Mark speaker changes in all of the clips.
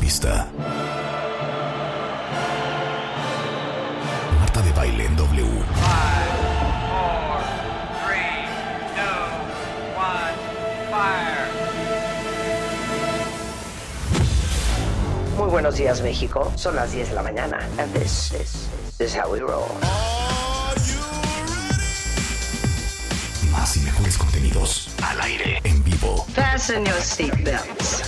Speaker 1: pista. Marta de baile en W.
Speaker 2: Four, three, two, one, fire.
Speaker 3: Muy buenos días, México. Son las 10 de la mañana. And this is, this is how we roll.
Speaker 1: Más y mejores contenidos. Al aire. En vivo.
Speaker 3: Fasten your seatbelts.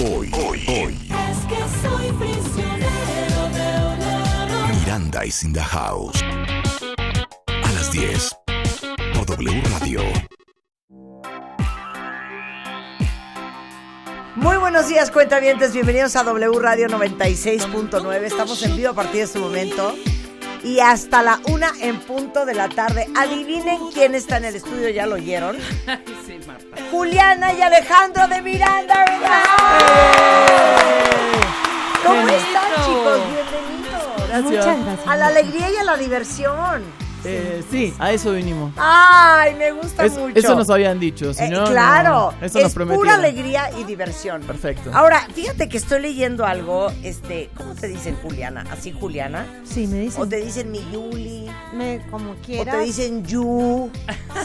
Speaker 1: Hoy. Hoy. Hoy.
Speaker 4: Es que soy prisionero de una noche.
Speaker 1: Miranda is in the house. A las 10. Por W Radio.
Speaker 5: Muy buenos días, cuentavientes. Bienvenidos a W Radio 96.9. Estamos en vivo a partir de este momento. Y hasta la una en punto de la tarde. Adivinen quién está en el estudio, ya lo oyeron. Juliana y Alejandro de Miranda. ¿Cómo están, chicos? Bienvenidos.
Speaker 6: Muchas gracias.
Speaker 5: A la alegría y a la diversión.
Speaker 6: Eh, sí, a eso vinimos.
Speaker 5: Ay, me gusta
Speaker 6: Es-
Speaker 5: mucho.
Speaker 6: eso nos habían dicho, si
Speaker 5: Eh,
Speaker 6: no,
Speaker 5: claro,
Speaker 6: no, eso
Speaker 5: es
Speaker 6: nos prometieron.
Speaker 5: pura alegría y diversión.
Speaker 6: Perfecto.
Speaker 5: Ahora, fíjate que estoy leyendo algo, este, ¿cómo te dicen Juliana? ¿Así Juliana?
Speaker 7: Sí, me
Speaker 5: O
Speaker 7: dicen
Speaker 5: te dicen mi Yuli,
Speaker 7: me, como
Speaker 5: o
Speaker 7: quieras.
Speaker 5: te dicen Yu.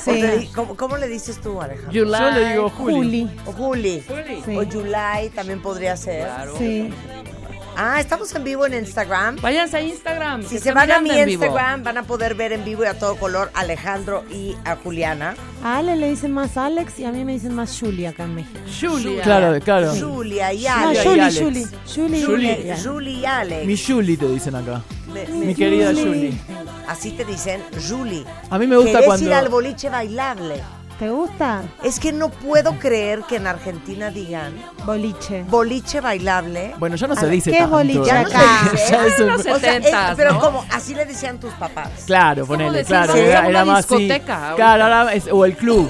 Speaker 7: Sí.
Speaker 5: o te di- ¿cómo, cómo le dices tú, Alejandro?
Speaker 6: Yo le digo Juli.
Speaker 7: Juli.
Speaker 5: O Juli.
Speaker 7: Sí.
Speaker 5: O July también podría ser.
Speaker 7: Sí.
Speaker 5: Ah, estamos en vivo en Instagram.
Speaker 8: Váyanse a Instagram.
Speaker 5: Si
Speaker 8: que
Speaker 5: se
Speaker 8: está
Speaker 5: van a mi
Speaker 8: Miranda en vivo.
Speaker 5: Instagram, van a poder ver en vivo y a todo color a Alejandro y a Juliana.
Speaker 7: A Ale le dicen más Alex y a mí me dicen más Juli acá en México.
Speaker 8: Julia.
Speaker 6: Claro, claro.
Speaker 5: Julia Ah, y
Speaker 7: No,
Speaker 5: Ale.
Speaker 6: Julia y
Speaker 7: Juli,
Speaker 6: Alex.
Speaker 7: Juli. Juli.
Speaker 6: Juli.
Speaker 7: ya.
Speaker 5: Julie y Ale.
Speaker 6: Mi Juli te dicen acá.
Speaker 5: Me-
Speaker 6: Mi,
Speaker 5: me-
Speaker 6: querida
Speaker 7: Juli.
Speaker 6: Juli.
Speaker 5: Así te dicen, Julie.
Speaker 6: A mí me gusta
Speaker 5: ¿Querés
Speaker 6: cuando-
Speaker 5: ir al boliche bailable?
Speaker 7: ¿Te gusta?
Speaker 5: Es que no puedo creer que en Argentina digan
Speaker 7: Boliche.
Speaker 5: boliche bailable.
Speaker 6: Bueno, ya no se
Speaker 7: ver,
Speaker 6: dice
Speaker 7: ¿qué
Speaker 6: tanto.
Speaker 7: boliche
Speaker 6: Ya
Speaker 5: Ya
Speaker 6: no
Speaker 5: no
Speaker 7: acá?
Speaker 5: se dice.
Speaker 6: Ya es un-
Speaker 8: O sea,
Speaker 5: O sea, es-
Speaker 8: 70s,
Speaker 5: pero
Speaker 8: ¿no?
Speaker 5: como así le decían tus papás.
Speaker 6: Claro,
Speaker 8: como
Speaker 6: ponele,
Speaker 8: decir,
Speaker 6: claro.
Speaker 5: vamos
Speaker 6: Era,
Speaker 8: a
Speaker 6: era
Speaker 8: una
Speaker 6: más así.
Speaker 8: discoteca ahorita.
Speaker 6: Claro, ahora es- o el club.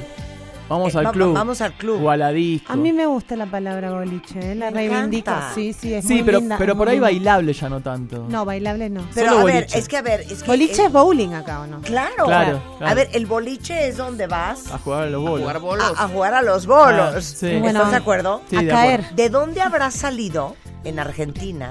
Speaker 6: Vamos
Speaker 5: Eh,
Speaker 6: al
Speaker 5: va-
Speaker 6: club.
Speaker 5: vamos al club.
Speaker 6: O a la disco.
Speaker 7: A mí me gusta la palabra boliche, ¿eh? la
Speaker 5: Me
Speaker 7: reivindica.
Speaker 5: encanta.
Speaker 7: Sí, sí, es
Speaker 6: Sí,
Speaker 7: muy
Speaker 6: pero,
Speaker 7: linda,
Speaker 6: pero
Speaker 7: es
Speaker 6: por
Speaker 7: muy
Speaker 6: ahí
Speaker 7: linda.
Speaker 6: bailable ya no tanto.
Speaker 7: No, bailable no.
Speaker 5: Pero
Speaker 6: Solo
Speaker 5: a ver,
Speaker 6: boliche.
Speaker 5: es que a ver, es que
Speaker 7: Boliche
Speaker 5: eh,
Speaker 7: es bowling acá, ¿o no?
Speaker 5: claro.
Speaker 6: Claro, claro.
Speaker 5: A ver, el boliche es donde vas
Speaker 6: A jugar a los bolos.
Speaker 8: Jugar bolos.
Speaker 5: a, a jugar a los bolos.
Speaker 6: Ah, sí.
Speaker 7: Bueno.
Speaker 5: ¿Estás de acuerdo?
Speaker 6: Sí,
Speaker 7: a
Speaker 6: de
Speaker 7: caer.
Speaker 5: ¿De dónde habrá salido en Argentina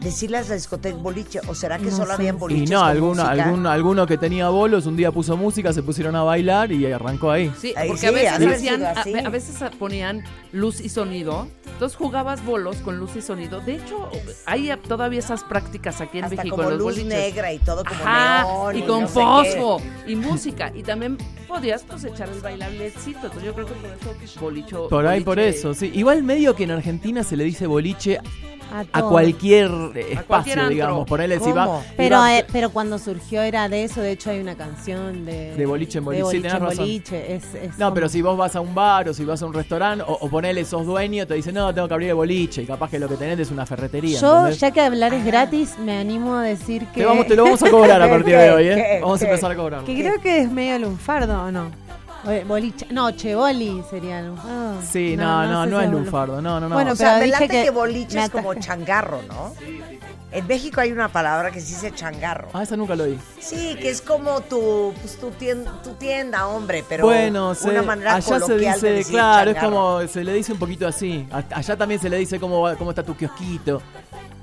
Speaker 5: decirles a la discoteca boliche? ¿O será que
Speaker 7: No
Speaker 5: solo
Speaker 7: sé.
Speaker 5: habían
Speaker 6: Y
Speaker 5: boliches?
Speaker 6: no,
Speaker 5: con
Speaker 6: alguno,
Speaker 5: música?
Speaker 6: alguno, alguno que tenía bolos, un día puso música, se pusieron a bailar y arrancó ahí.
Speaker 8: Sí,
Speaker 5: Ahí
Speaker 8: porque
Speaker 5: sí,
Speaker 8: a
Speaker 5: ha
Speaker 8: veces
Speaker 5: de haber
Speaker 8: hacían,
Speaker 5: sido
Speaker 8: a,
Speaker 5: así.
Speaker 8: a veces ponían luz y sonido. Entonces jugabas bolos con luz y sonido. De hecho, hay todavía esas prácticas aquí en
Speaker 5: Hasta
Speaker 8: México,
Speaker 5: como
Speaker 8: en los
Speaker 5: luz
Speaker 8: boliches.
Speaker 5: negra y todo como
Speaker 8: Ajá,
Speaker 5: neón
Speaker 8: y
Speaker 5: y
Speaker 8: con
Speaker 5: no sé
Speaker 8: fosfo y música. Y también podías pues echar el bailalecito. Entonces yo creo que por eso bolicho.
Speaker 6: Por ahí,
Speaker 8: boliche-
Speaker 6: por eso, sí. Igual medio que en Argentina se le dice boliche
Speaker 7: A,
Speaker 6: a
Speaker 7: todo.
Speaker 6: cualquier eh, espacio,
Speaker 8: cualquier antro.
Speaker 6: digamos. Ponele si
Speaker 5: ¿Cómo?
Speaker 6: va.
Speaker 7: Pero,
Speaker 6: iba-
Speaker 7: eh, pero cuando surgió era de eso, de hecho hay una canción de...
Speaker 6: De boliche en boliche,
Speaker 7: de
Speaker 6: sí,
Speaker 7: boliche
Speaker 6: tenés
Speaker 7: en
Speaker 6: razón.
Speaker 7: boliche, es- es
Speaker 6: no, pero
Speaker 7: como-
Speaker 6: si vos vas a un bar o si vas a un restaurante o, o ponele sos dueño, te dicen, no, tengo que abrir el boliche. Y capaz que lo que tenés es una ferretería.
Speaker 7: Yo,
Speaker 6: ¿entendés?
Speaker 7: ya que hablar es gratis, me animo a decir que.
Speaker 6: Te, vamos, te lo vamos a cobrar a partir de hoy,
Speaker 5: ¿Qué?
Speaker 6: ¿eh? Vamos a
Speaker 5: ¿Qué?
Speaker 6: empezar a cobrar.
Speaker 7: Que creo que es medio lunfardo, ¿o no? O, eh, Boliche. No, cheboli sería lunfardo. Ah,
Speaker 6: Sí, no, no, no,
Speaker 7: sé si
Speaker 6: es
Speaker 7: lu-
Speaker 6: lunfardo. No, no, no.
Speaker 7: Bueno,
Speaker 5: O sea,
Speaker 7: Pero
Speaker 5: me
Speaker 7: dije
Speaker 5: late que,
Speaker 7: que
Speaker 5: boliche
Speaker 7: me
Speaker 5: es como
Speaker 7: ataja.
Speaker 5: changarro, ¿no? En México hay una palabra que se dice changarro.
Speaker 6: Ah, esa nunca lo di.
Speaker 5: Sí, que es como tu, pues, tu, tienda, tu tienda, hombre, pero
Speaker 6: bueno, se-
Speaker 5: una manera
Speaker 6: allá se
Speaker 5: coloquial de
Speaker 6: dice,
Speaker 5: decir
Speaker 6: claro, es
Speaker 5: changarro.
Speaker 6: como, se le dice un poquito así. A- Allá también se le dice cómo, va- cómo está tu kiosquito,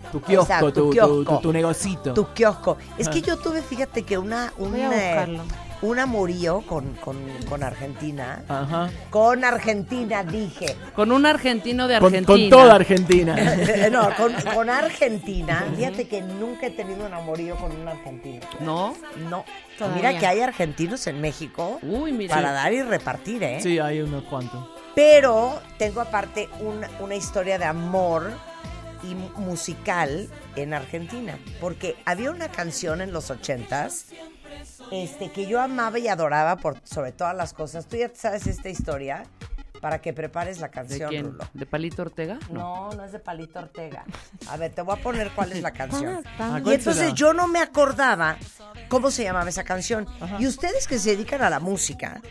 Speaker 6: tu kiosco,
Speaker 5: Exacto,
Speaker 6: tu, tu-
Speaker 5: kiosco.
Speaker 6: tu- tu negocito.
Speaker 5: Tu kiosco. Es que
Speaker 6: Ah.
Speaker 5: yo tuve, fíjate que una, un,
Speaker 7: Voy a
Speaker 5: eh,
Speaker 7: buscarlo.
Speaker 5: un amorío con, con- con Argentina.
Speaker 6: Ajá.
Speaker 5: Con Argentina, dije.
Speaker 8: Con un argentino de
Speaker 6: Con,
Speaker 8: Argentina.
Speaker 6: con toda
Speaker 5: ¿Eh?
Speaker 6: Argentina.
Speaker 5: No, con, con Argentina. Fíjate que nunca he tenido un amorío con un argentino.
Speaker 8: ¿No?
Speaker 5: No.
Speaker 7: Todavía.
Speaker 5: Mira que hay argentinos en México
Speaker 8: Uy, Uh, mira.
Speaker 5: para dar y repartir, ¿eh?
Speaker 6: sí, hay unos cuantos.
Speaker 5: Pero tengo aparte un- una historia de amor y mu- musical en Argentina. Porque había una canción en los ochentas este, que yo amaba y adoraba por sobre todas las cosas. Tú ya te sabes esta historia para que prepares la
Speaker 8: ¿De
Speaker 5: canción,
Speaker 8: quién?
Speaker 5: Rulo.
Speaker 8: ¿De Palito Ortega?
Speaker 5: No, no es de Palito Ortega. A ver, te voy a poner cuál es la canción.
Speaker 7: Tan-
Speaker 6: Acu-
Speaker 5: Y
Speaker 6: ¿Cuál
Speaker 5: entonces
Speaker 6: será?
Speaker 5: yo no me acordaba cómo se llamaba esa canción. Y ustedes que se dedican a la música,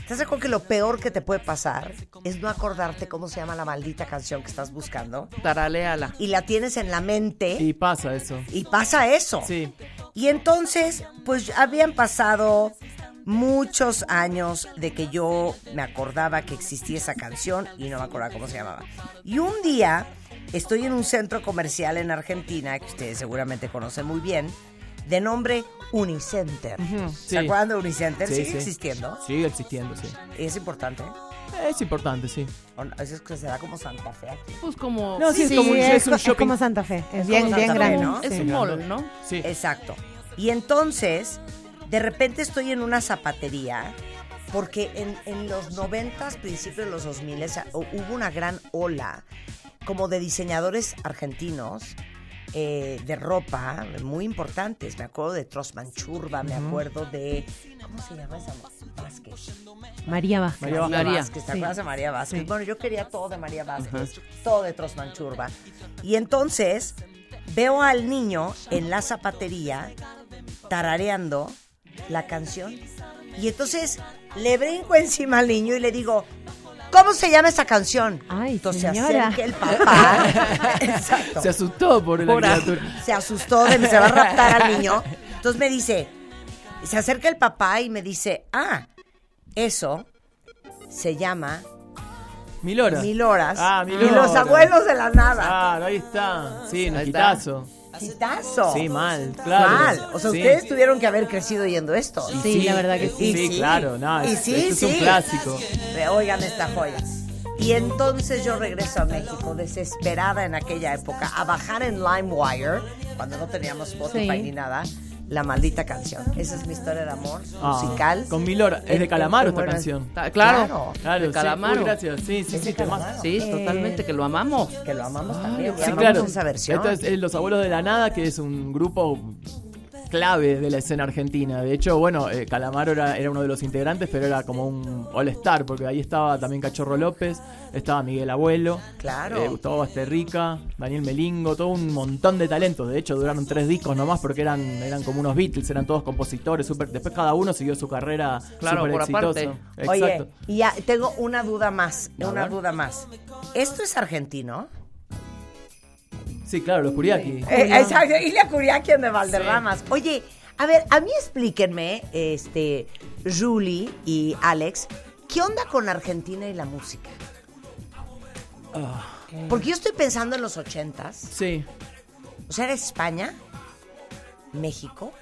Speaker 5: ¿estás de acuerdo que lo peor que te puede pasar es no acordarte cómo se llama la maldita canción que estás buscando?
Speaker 8: Taraleala.
Speaker 5: Y la tienes en la mente
Speaker 6: Y pasa eso.
Speaker 5: y pasa eso.
Speaker 6: Sí.
Speaker 5: Y entonces, pues habían pasado muchos años de que yo me acordaba que existía esa canción y no me acordaba cómo se llamaba. Y un día estoy en un centro comercial en Argentina, que ustedes seguramente conocen muy bien, de nombre Unicenter.
Speaker 6: sí.
Speaker 5: ¿Se acuerdan de Unicenter?
Speaker 6: Sí,
Speaker 5: Sigue
Speaker 6: sí.
Speaker 5: existiendo.
Speaker 6: Sigue existiendo, sí.
Speaker 5: Es importante.
Speaker 6: Es importante, sí.
Speaker 5: ¿O no? Es que se da como Santa Fe aquí.
Speaker 8: Pues como.
Speaker 6: No, sí, es como un- es un
Speaker 7: co-
Speaker 6: shopping.
Speaker 7: como Santa Fe. Es,
Speaker 5: Es
Speaker 7: bien,
Speaker 5: como
Speaker 7: bien
Speaker 5: Santa Fe,
Speaker 7: grande.
Speaker 5: ¿no?
Speaker 8: Es
Speaker 7: sí.
Speaker 8: un mall, ¿no?
Speaker 6: Sí.
Speaker 5: Exacto. Y entonces, de repente estoy en una zapatería, porque en, en los 90, principios de los 2000, hubo una gran ola como de diseñadores argentinos eh, de ropa muy importantes. Me acuerdo de Trosman Churba, me acuerdo de... ¿Cómo se llama esa mu- Vázquez?
Speaker 7: María Vázquez.
Speaker 6: María Vázquez.
Speaker 8: María.
Speaker 5: Vázquez, ¿te
Speaker 7: Sí.
Speaker 5: acuerdas de María Vázquez?
Speaker 8: Sí.
Speaker 5: Bueno, yo quería todo de María Vázquez, todo de Trosman Churba. Y entonces veo al niño en la zapatería tarareando la canción. Y entonces le brinco encima al niño y le digo, ¿cómo se llama esa canción?
Speaker 7: Ay,
Speaker 5: entonces se
Speaker 7: señora.
Speaker 5: acerca el papá. Exacto.
Speaker 6: Se asustó por la
Speaker 8: Por a-
Speaker 6: criatura.
Speaker 5: Se asustó de se va a raptar al niño. Entonces me dice, se acerca el papá y me dice, ah, eso se llama
Speaker 6: Mil horas.
Speaker 5: Mil horas.
Speaker 6: Ah, mil
Speaker 5: Y los
Speaker 6: horas.
Speaker 5: abuelos de la nada.
Speaker 6: Claro, ahí está. Sí, un
Speaker 8: Ahí está.
Speaker 6: quitazo.
Speaker 5: Quitazo.
Speaker 6: Ah. Sí, mal, claro.
Speaker 5: Oh. Mal. O sea,
Speaker 6: Sí.
Speaker 5: ustedes tuvieron que haber crecido oyendo esto.
Speaker 7: Sí, la verdad que sí.
Speaker 6: Sí, claro, no,
Speaker 5: Y
Speaker 6: es,
Speaker 5: sí,
Speaker 6: esto es un
Speaker 5: sí.
Speaker 6: clásico.
Speaker 5: Ve, Oigan esta joya. Y entonces yo regreso a México desesperada en aquella época a bajar en LimeWire, cuando no teníamos Spotify
Speaker 7: Sí.
Speaker 5: ni nada, la maldita canción. Esa es mi historia de amor
Speaker 6: Ah,
Speaker 5: musical.
Speaker 6: Con mil horas. Es de
Speaker 5: Eh,
Speaker 6: Calamaro
Speaker 5: muy
Speaker 6: esta
Speaker 5: buena.
Speaker 6: canción.
Speaker 8: Ta- Claro.
Speaker 5: Claro.
Speaker 6: Claro,
Speaker 8: de
Speaker 6: sí.
Speaker 8: Calamaro.
Speaker 6: Uy, gracias. Sí, sí,
Speaker 5: Es de
Speaker 6: sí, temazo.
Speaker 5: Calamaro. Eh.
Speaker 8: Sí, totalmente, que lo amamos.
Speaker 5: Que lo amamos también.
Speaker 6: Ah, Sí,
Speaker 5: lo amamos
Speaker 6: claro.
Speaker 5: esa versión.
Speaker 6: Esto es eh, Los Abuelos de la Nada, que es un grupo clave de la escena argentina. De hecho, bueno, eh, Calamaro era, era uno de los integrantes, pero era como un all-star, porque ahí estaba también Cachorro López, estaba Miguel Abuelo,
Speaker 5: Claro.
Speaker 6: eh, Gustavo Basterrica, Daniel Melingo, todo un montón de talentos. De hecho, duraron tres discos nomás porque eran, eran como unos Beatles, eran todos compositores. súper- después cada uno siguió su carrera
Speaker 8: Claro,
Speaker 6: súper
Speaker 8: por
Speaker 6: exitoso.
Speaker 8: aparte.
Speaker 6: Exacto.
Speaker 5: Oye, y ya tengo una duda más,
Speaker 6: A
Speaker 5: una
Speaker 6: ver.
Speaker 5: duda más. ¿Esto es argentino?
Speaker 6: Sí, claro, los Curiaki.
Speaker 5: Eh, exacto, Ilia Curiaquian de Valderramas. Oye, a ver, a mí explíquenme, este, Julie y Alex, ¿qué onda con Argentina y la música? Porque yo estoy pensando en los ochentas,
Speaker 6: Sí.
Speaker 5: o sea, era España, México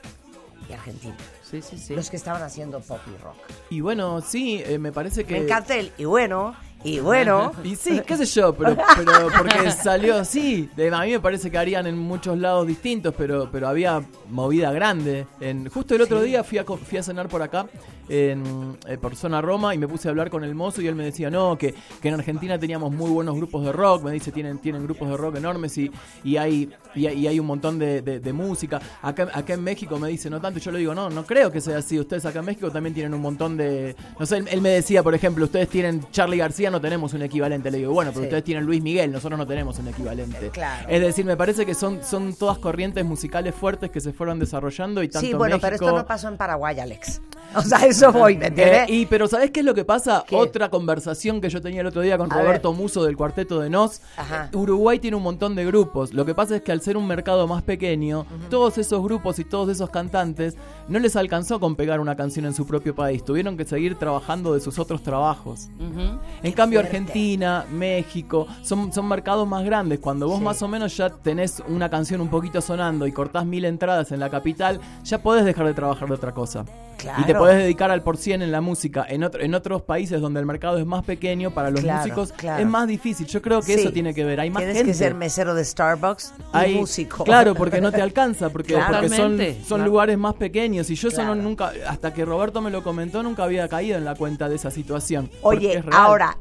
Speaker 5: y Argentina,
Speaker 8: Sí, sí, sí.
Speaker 5: los que estaban haciendo pop y rock.
Speaker 6: Y bueno, sí, eh, me parece que.
Speaker 5: Me encanta el, y bueno, y bueno,
Speaker 6: Y sí, qué sé yo, pero, pero porque salió así. De- A mí me parece que harían en muchos lados distintos, pero, pero había movida grande. En, justo el otro día fui a, co- fui a cenar por acá, en, eh, por zona Roma, y me puse a hablar con el mozo y él me decía, no, que, que en Argentina teníamos muy buenos grupos de rock, me dice, tienen, tienen grupos de rock enormes y, y, hay, y, hay- y hay un montón de, de- de música. Acá, acá en México me dice, no tanto, y yo le digo, no, no creo que sea así. Ustedes acá en México también tienen un montón de... No sé, él, él me decía, por ejemplo, ustedes tienen Charlie García, no tenemos un equivalente. Le digo, bueno, pero
Speaker 5: Sí.
Speaker 6: ustedes tienen Luis Miguel, nosotros no tenemos un equivalente.
Speaker 5: Claro.
Speaker 6: Es decir, me parece que son, son todas corrientes musicales fuertes que se fueron desarrollando y tanto
Speaker 5: sí, bueno, pero esto
Speaker 6: México-
Speaker 5: no pasó en Paraguay, Alex. O sea, eso voy, ¿me
Speaker 6: eh,
Speaker 5: entiendes?
Speaker 6: y pero ¿sabés qué es lo que pasa?
Speaker 5: ¿Qué?
Speaker 6: Otra conversación que yo tenía el otro día con
Speaker 5: A
Speaker 6: Roberto Muso del cuarteto de Nos.
Speaker 5: Ajá.
Speaker 6: Eh, Uruguay tiene un montón de grupos. Lo que pasa es que al ser un mercado más pequeño, todos esos grupos y todos esos cantantes no les alcanzó con pegar una canción en su propio país. Tuvieron que seguir trabajando de sus otros trabajos.
Speaker 8: Ujú.
Speaker 6: En cambio,
Speaker 5: fuerte.
Speaker 6: Argentina, México, son, son mercados más grandes. Cuando vos
Speaker 5: Sí.
Speaker 6: más o menos ya tenés una canción un poquito sonando y cortás mil entradas en la capital, ya podés dejar de trabajar de otra cosa.
Speaker 5: Claro.
Speaker 6: Y te podés dedicar al por cien en la música. En, otro- en otros países donde el mercado es más pequeño, para los
Speaker 5: Claro,
Speaker 6: músicos
Speaker 5: claro.
Speaker 6: es más difícil. Yo creo que
Speaker 5: Sí.
Speaker 6: eso tiene que ver. Hay más
Speaker 5: Tienes
Speaker 6: gente.
Speaker 5: que ser mesero de Starbucks y
Speaker 6: Hay-
Speaker 5: músico.
Speaker 6: Claro, porque no te alcanza, porque,
Speaker 5: Claro.
Speaker 6: porque son,
Speaker 8: Totalmente.
Speaker 6: son
Speaker 8: Claro.
Speaker 6: lugares más pequeños. Y yo eso no-
Speaker 5: Claro.
Speaker 6: nunca, hasta que Roberto me lo comentó, nunca había caído en la cuenta de esa situación. Porque
Speaker 5: Oye,
Speaker 6: es real.
Speaker 5: ahora,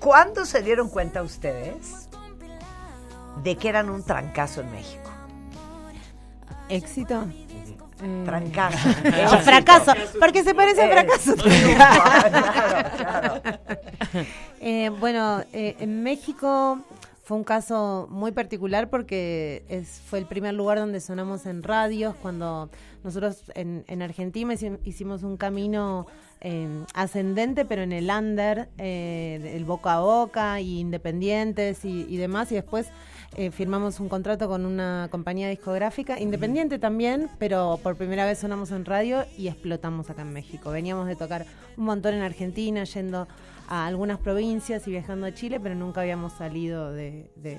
Speaker 5: ¿cuándo se dieron cuenta ustedes de que eran un trancazo en México?
Speaker 7: Éxito. Eh,
Speaker 6: Mm.
Speaker 5: Trancazo. Eh,
Speaker 7: o fracaso, porque se parece a fracaso.
Speaker 5: claro, claro.
Speaker 7: Eh, bueno, eh, en México fue un caso muy particular porque es, fue el primer lugar donde sonamos en radios cuando Nosotros en, en Argentina hici- hicimos un camino eh, ascendente, pero en el under, eh, el boca a boca, y independientes y, y demás, y después eh, firmamos un contrato con una compañía discográfica, independiente también, pero por primera vez sonamos en radio y explotamos acá en México. Veníamos de tocar un montón en Argentina, yendo a algunas provincias y viajando a Chile, pero nunca habíamos salido de, de-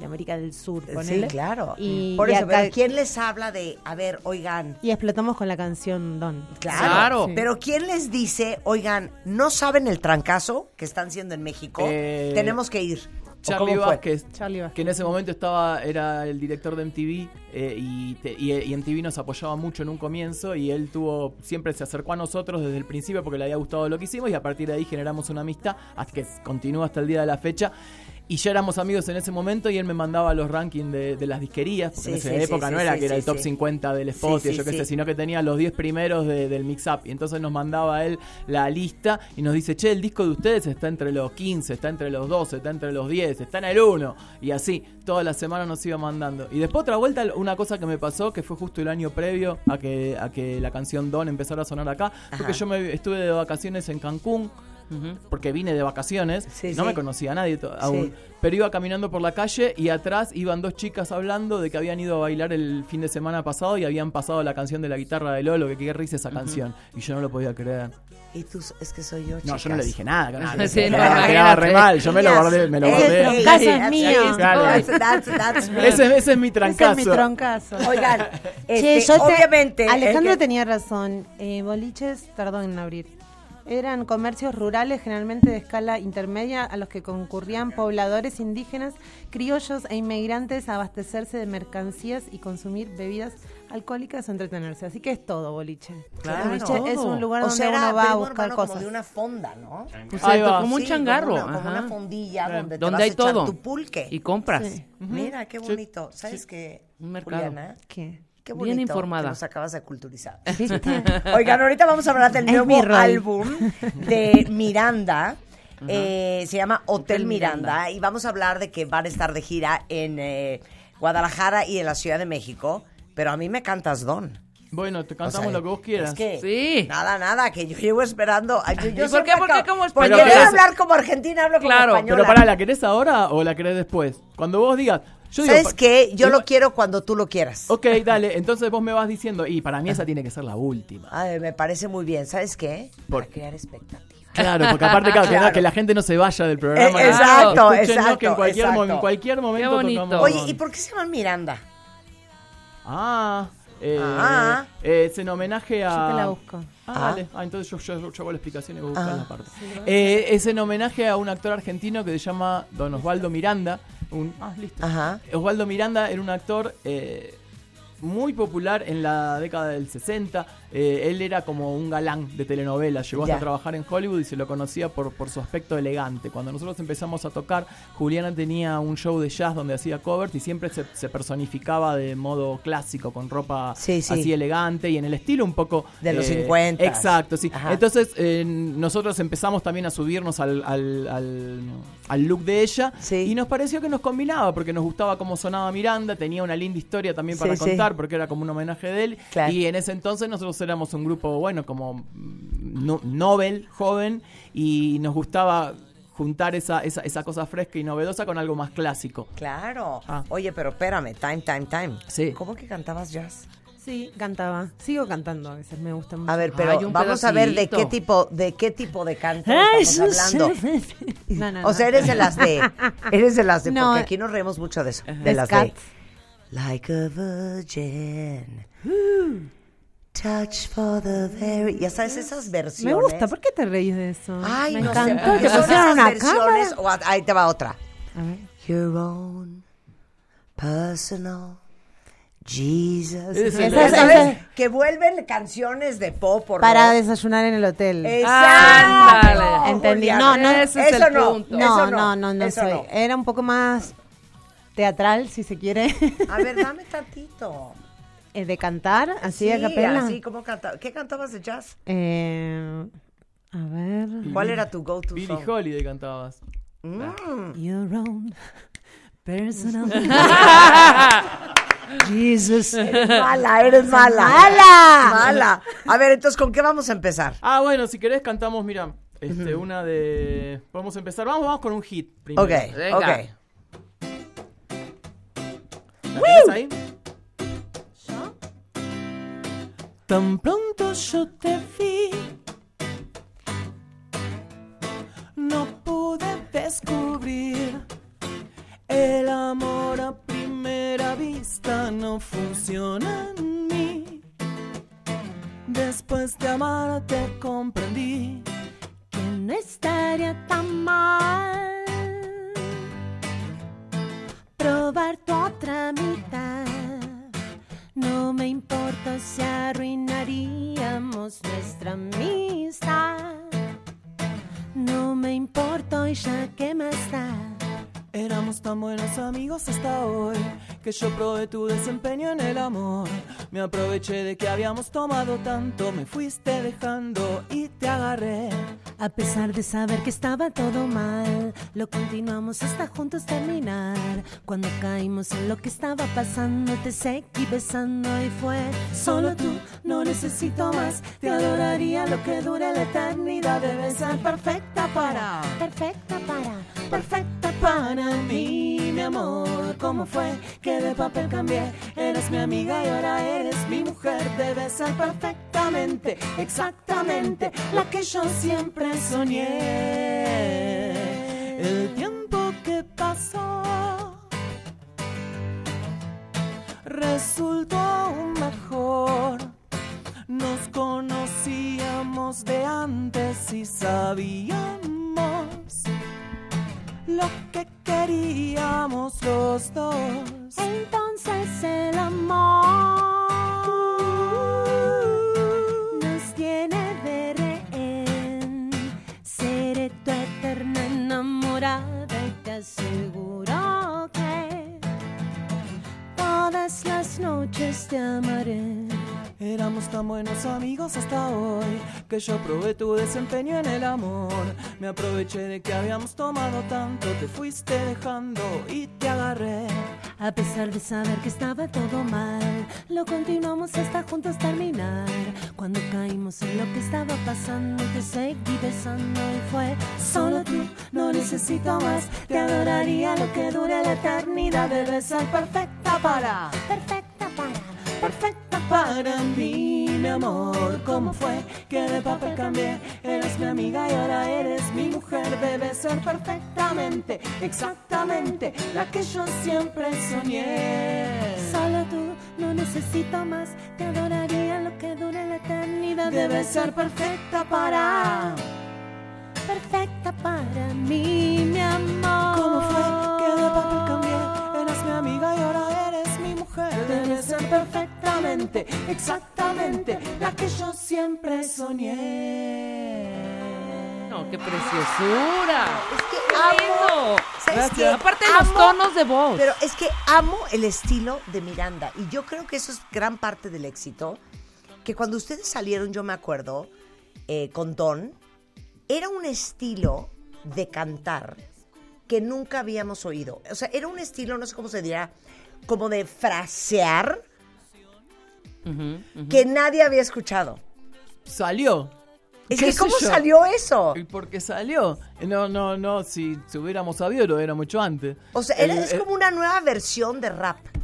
Speaker 7: de América del Sur,
Speaker 5: Eh, Sí,
Speaker 7: ponele.
Speaker 5: claro.
Speaker 7: Y-
Speaker 5: Por
Speaker 7: y
Speaker 5: eso,
Speaker 7: acá-
Speaker 5: pero ¿quién les habla de, a ver, oigan?
Speaker 7: Y explotamos con la canción Don.
Speaker 5: Claro.
Speaker 8: Claro.
Speaker 5: Pero ¿quién les dice, oigan, no saben el trancazo que están siendo en México?
Speaker 6: Eh,
Speaker 5: Tenemos que ir. ¿O
Speaker 6: Charlie
Speaker 5: cómo fue?
Speaker 6: Vázquez,
Speaker 7: Charlie Vázquez.
Speaker 6: que en ese momento estaba era el director de MTV eh, y, te- y- y MTV nos apoyaba mucho en un comienzo y él tuvo siempre se acercó a nosotros desde el principio porque le había gustado lo que hicimos y a partir de ahí generamos una amistad hasta que continúa hasta el día de la fecha. Y ya éramos amigos en ese momento y él me mandaba los rankings de, de las disquerías, porque
Speaker 5: Sí,
Speaker 6: en esa
Speaker 5: sí,
Speaker 6: época
Speaker 5: sí,
Speaker 6: no
Speaker 5: sí,
Speaker 6: era
Speaker 5: sí,
Speaker 6: que era
Speaker 5: sí,
Speaker 6: el top
Speaker 5: sí.
Speaker 6: 50 del Spotify,
Speaker 5: sí,
Speaker 6: yo qué
Speaker 5: sí.
Speaker 6: sé, sino que tenía los 10 primeros de- del mix-up. Y entonces nos mandaba él la lista y nos dice, che, el disco de ustedes está entre los 15, está entre los 12, está entre los 10, está en el 1. Y así, toda la semana nos iba mandando. Y después otra vuelta, una cosa que me pasó, que fue justo el año previo a que, a que la canción Don empezara a sonar acá,
Speaker 5: Ajá.
Speaker 6: porque yo me estuve de vacaciones en Cancún. Porque vine de vacaciones,
Speaker 5: Sí,
Speaker 6: no
Speaker 5: sí.
Speaker 6: me conocía a nadie to- aún. Pero iba caminando por la calle y atrás iban dos chicas hablando de que habían ido a bailar el fin de semana pasado y habían pasado la canción de la guitarra de Lolo, que qué risa esa canción. Y yo no lo podía creer.
Speaker 5: Y tú, es que soy yo.
Speaker 6: No, yo no le dije nada. que no,
Speaker 8: Sí,
Speaker 6: me
Speaker 8: no,
Speaker 6: quedaba,
Speaker 8: imagínate.
Speaker 6: quedaba re mal, yo me lo guardé. Me lo
Speaker 7: Ese
Speaker 6: guardé.
Speaker 7: troncazo es mío.
Speaker 5: That's, that's, that's me.
Speaker 6: Ese, ese es mi
Speaker 7: Ese es mi
Speaker 6: trancazo.
Speaker 7: troncazo.
Speaker 5: Oigan,
Speaker 7: Che,
Speaker 5: este,
Speaker 7: yo te-
Speaker 5: obviamente.
Speaker 7: Alejandro
Speaker 5: el que-
Speaker 7: tenía razón. Eh, boliches tardó en abrir. Eran comercios rurales, generalmente de escala intermedia, a los que concurrían pobladores indígenas, criollos e inmigrantes a abastecerse de mercancías y consumir bebidas alcohólicas o entretenerse. Así que es todo, boliche.
Speaker 5: Claro.
Speaker 7: Boliche es un lugar
Speaker 5: o
Speaker 7: donde
Speaker 5: sea, era
Speaker 7: uno va a
Speaker 5: primo
Speaker 7: buscar
Speaker 5: hermano
Speaker 7: cosas.
Speaker 5: como de una fonda, ¿no?
Speaker 6: Ahí va.
Speaker 8: como un
Speaker 5: Sí,
Speaker 8: changarro.
Speaker 5: Como una, como
Speaker 8: ajá.
Speaker 5: una fondilla
Speaker 6: Claro.
Speaker 5: donde, te
Speaker 8: Donde
Speaker 5: vas
Speaker 8: hay
Speaker 5: a echar
Speaker 8: todo.
Speaker 5: tu pulque.
Speaker 8: Y compras.
Speaker 7: Sí.
Speaker 5: Mira, qué bonito. ¿Sabes qué,
Speaker 8: Un mercado.
Speaker 5: Juliana?
Speaker 7: ¿Qué?
Speaker 5: Qué
Speaker 8: Bien
Speaker 5: bonito
Speaker 8: informada.
Speaker 5: que nos acabas de culturizar.
Speaker 7: ¿Viste?
Speaker 5: Oigan, ahorita vamos a hablar del
Speaker 7: Es mi
Speaker 5: nuevo
Speaker 7: rol.
Speaker 5: álbum de Miranda. Eh, se llama Hotel, Miranda, y vamos a hablar de que van a estar de gira en eh, Guadalajara y en la Ciudad de México. Pero a mí me cantas Don.
Speaker 6: Bueno, te
Speaker 5: O sea,
Speaker 6: cantamos lo que vos quieras.
Speaker 5: es que
Speaker 8: Sí.
Speaker 5: Nada, nada, que yo llevo esperando. Ay, Yo, yo
Speaker 8: ¿Y por qué?
Speaker 5: siempre
Speaker 8: ¿Por qué
Speaker 5: acabo-
Speaker 8: como
Speaker 5: Porque
Speaker 8: española?
Speaker 5: yo
Speaker 6: Pero-
Speaker 5: quiero hablar como argentina, hablo
Speaker 8: Claro,
Speaker 5: como española.
Speaker 6: Pero pará, ¿la querés ahora o la querés después? Cuando vos digas. Yo digo,
Speaker 5: ¿Sabes
Speaker 6: pa-
Speaker 5: qué? Yo
Speaker 6: Igual-
Speaker 5: lo quiero cuando tú lo quieras.
Speaker 6: Ok, dale, entonces vos me vas diciendo, y para mí esa tiene que ser la última.
Speaker 5: Ay, me parece muy bien. ¿Sabes qué?
Speaker 6: Por-
Speaker 5: Para crear expectativas.
Speaker 6: Claro, porque aparte claro, que,
Speaker 5: Claro.
Speaker 6: que la gente no se vaya del programa.
Speaker 5: Eh,
Speaker 6: Escúchenos
Speaker 8: exacto,
Speaker 6: que
Speaker 5: exacto,
Speaker 6: en cualquier, mo-
Speaker 5: exacto.
Speaker 6: en cualquier momento
Speaker 8: Qué bonito.
Speaker 6: tocamos-
Speaker 5: Oye, ¿y por qué se llama Miranda?
Speaker 6: Ah, eh,
Speaker 5: Ah.
Speaker 6: eh, es en homenaje a...
Speaker 7: Yo te la busco.
Speaker 6: Ah, dale. Ah, entonces yo, yo, yo hago la explicación y vos
Speaker 5: Ah.
Speaker 6: buscas la parte. Eh, es en homenaje a un actor argentino que se llama Don Osvaldo Miranda. Un, ah, listo.
Speaker 5: Ajá.
Speaker 6: Osvaldo Miranda era un actor eh, muy popular en la década del 60. Eh, él era como un galán de telenovelas. Llegó
Speaker 5: Ya.
Speaker 6: hasta trabajar en Hollywood y se lo conocía por, por su aspecto elegante. Cuando nosotros empezamos a tocar, Juliana tenía un show de jazz donde hacía covers y siempre se, se personificaba de modo clásico, con ropa
Speaker 5: Sí, sí.
Speaker 6: así elegante y en el estilo un poco... eh,
Speaker 5: De los 50.
Speaker 6: Exacto, sí.
Speaker 5: Ajá.
Speaker 6: Entonces eh, nosotros empezamos también a subirnos al, al- al- al look de ella
Speaker 5: Sí.
Speaker 6: y nos pareció que nos combinaba porque nos gustaba cómo sonaba Miranda, tenía una linda historia también para
Speaker 5: Sí, sí.
Speaker 6: contar porque era como un homenaje de él.
Speaker 5: Claro.
Speaker 6: Y en ese entonces nosotros éramos un grupo, bueno, como mm, no- Nobel, joven, y nos gustaba juntar esa, esa, esa cosa fresca y novedosa con algo más clásico.
Speaker 5: Claro.
Speaker 6: Ah.
Speaker 5: Oye, pero espérame, time, time, time.
Speaker 6: Sí.
Speaker 5: ¿Cómo que cantabas jazz?
Speaker 7: Sí, cantaba. Sigo cantando a veces, me gusta mucho.
Speaker 5: A ver, pero
Speaker 8: Ay, un
Speaker 5: vamos a ver de
Speaker 8: pedacito.
Speaker 5: qué tipo, de qué tipo de canto
Speaker 7: Ay,
Speaker 5: estamos hablando.
Speaker 7: No, no, no.
Speaker 5: O sea, eres de las de, eres de las de,
Speaker 7: No.
Speaker 5: porque aquí nos reímos mucho de eso, de
Speaker 7: Es
Speaker 5: las de.
Speaker 7: Cats.
Speaker 5: Like a virgin. Uh. Touch for the very. Ya sabes esas versiones.
Speaker 7: Me gusta, ¿por qué te reís de eso?
Speaker 5: Ay,
Speaker 7: me
Speaker 5: no
Speaker 7: encantó
Speaker 5: sé.
Speaker 7: que
Speaker 5: son
Speaker 7: pusieron
Speaker 5: esas
Speaker 7: una
Speaker 5: versiones.
Speaker 7: cámara.
Speaker 5: o a- ahí te va otra.
Speaker 7: A ver.
Speaker 5: Your own personal Jesus.
Speaker 6: Esa
Speaker 5: Ya
Speaker 6: es
Speaker 7: la-
Speaker 5: sabes
Speaker 7: esa es-
Speaker 5: que vuelven canciones de pop o
Speaker 7: Para
Speaker 5: rock.
Speaker 7: desayunar en el hotel.
Speaker 5: Exacto.
Speaker 8: Ándale.
Speaker 7: Entendí.
Speaker 5: Eh, Juliana.
Speaker 7: No, no,
Speaker 8: Ese es
Speaker 5: eso
Speaker 8: el
Speaker 5: no,
Speaker 8: punto.
Speaker 7: No,
Speaker 5: eso
Speaker 7: no, no, no
Speaker 5: eso
Speaker 7: soy. Era un poco más teatral, si se quiere,
Speaker 5: A ver, dame tantito.
Speaker 7: Eh, de cantar, así
Speaker 5: Sí,
Speaker 7: a capela.
Speaker 5: así como cantaba. ¿Qué cantabas de jazz?
Speaker 7: Eh, a ver.
Speaker 5: ¿Cuál era tu go-to
Speaker 6: Billy
Speaker 5: song?
Speaker 6: Holiday cantabas.
Speaker 7: Your own personal.
Speaker 5: Jesus. Eres mala, eres mala.
Speaker 7: ¡Mala!
Speaker 5: Mala. A ver, entonces, ¿con qué vamos a empezar?
Speaker 6: Ah, bueno, si querés cantamos, mira, este, una de... Podemos empezar, vamos, vamos con un hit primero.
Speaker 5: Ok,
Speaker 8: Venga.
Speaker 5: ok.
Speaker 6: ¿La tenés ahí? Tan pronto yo te vi, no pude descubrir el amor a primera vista no funciona en mí. Después de amarte comprendí
Speaker 7: que no estaría tan mal probar tu otra mitad. No me importa si arruinaríamos nuestra amistad. No me importa y ya que más da.
Speaker 6: Éramos tan buenos amigos hasta hoy que yo probé tu desempeño en el amor. Me aproveché de que habíamos tomado tanto, me fuiste dejando y te agarré.
Speaker 7: A pesar de saber que estaba todo mal, lo continuamos hasta juntos terminar. Cuando caímos en lo que estaba pasando, te seguí besando y fue solo tú. No necesito más, te adoraría lo que dure la eternidad. Debes ser perfecta para, perfecta para, perfecta para mí, mi amor. ¿Cómo fue que de papel cambié? Eres mi amiga y ahora eres mi mujer. Debes ser perfectamente, exactamente la que yo siempre soñé. El tiempo que pasó resultó mejor. Nos conocíamos de antes y sabíamos lo que queríamos los dos. Entonces el amor nos tiene de rehén. Seré tu eterna enamorada y te aseguro que todas las noches te amaré.
Speaker 6: Éramos tan buenos amigos hasta hoy que yo probé tu desempeño en el amor. Me aproveché de que habíamos tomado tanto, te fuiste dejando y te agarré.
Speaker 7: A pesar de saber que estaba todo mal, lo continuamos hasta juntos terminar. Cuando caímos en lo que estaba pasando, te seguí besando y fue solo tú. No necesito más, te adoraría lo que dure la eternidad. Debes ser perfecta para, perfecta para, perfecta para mí, mi amor. ¿Cómo fue que de papel cambié? Eres mi amiga y ahora eres mi mujer. Debes ser perfectamente, exactamente la que yo siempre soñé. Solo tú, no necesito más. Te adoraría lo que dure la eternidad. Debes ser perfecta para perfecta para mí, mi amor. ¿Cómo fue que de papel cambié? Eras mi amiga y ahora eres mi mujer. Debes ser perfectamente, exactamente la que yo siempre soñé.
Speaker 8: No, qué preciosura.
Speaker 5: Es que
Speaker 8: Lindo.
Speaker 5: amo. ¿Sabes qué?
Speaker 8: Aparte de los
Speaker 5: Amo-
Speaker 8: tonos de voz.
Speaker 5: Pero es que amo el estilo de Miranda. Y yo creo que eso es gran parte del éxito. Que cuando ustedes salieron, yo me acuerdo, eh, con Don, era un estilo de cantar que nunca habíamos oído. O sea, era un estilo, no sé cómo se dirá, como de frasear que nadie había escuchado.
Speaker 6: Salió.
Speaker 5: Es
Speaker 6: ¿Qué
Speaker 5: que,
Speaker 6: sé
Speaker 5: ¿cómo
Speaker 6: yo?
Speaker 5: salió eso?
Speaker 6: ¿Y por qué salió? No, no, no, si si hubiéramos sabido lo era mucho antes.
Speaker 5: O sea,
Speaker 6: El- eh,
Speaker 5: era- es
Speaker 6: el-
Speaker 5: como una nueva versión de rap. ¿Ya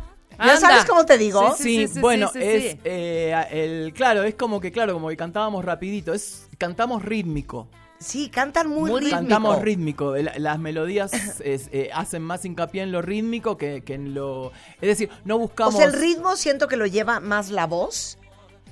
Speaker 8: Anda.
Speaker 5: sabes cómo te digo?
Speaker 8: Sí,
Speaker 6: Sí,
Speaker 8: sí, sí,
Speaker 6: bueno,
Speaker 8: sí, sí,
Speaker 6: es
Speaker 8: sí.
Speaker 6: eh, el claro, es como que claro, como que cantábamos rapidito, es cantamos rítmico.
Speaker 5: Sí, cantan muy,
Speaker 8: Muy
Speaker 5: rítmico.
Speaker 6: Cantamos rítmico. El- las melodías es, eh, hacen más hincapié en lo rítmico que, que en lo. Es decir, no
Speaker 5: O
Speaker 6: buscamos.
Speaker 5: sea, el ritmo siento que lo lleva más la voz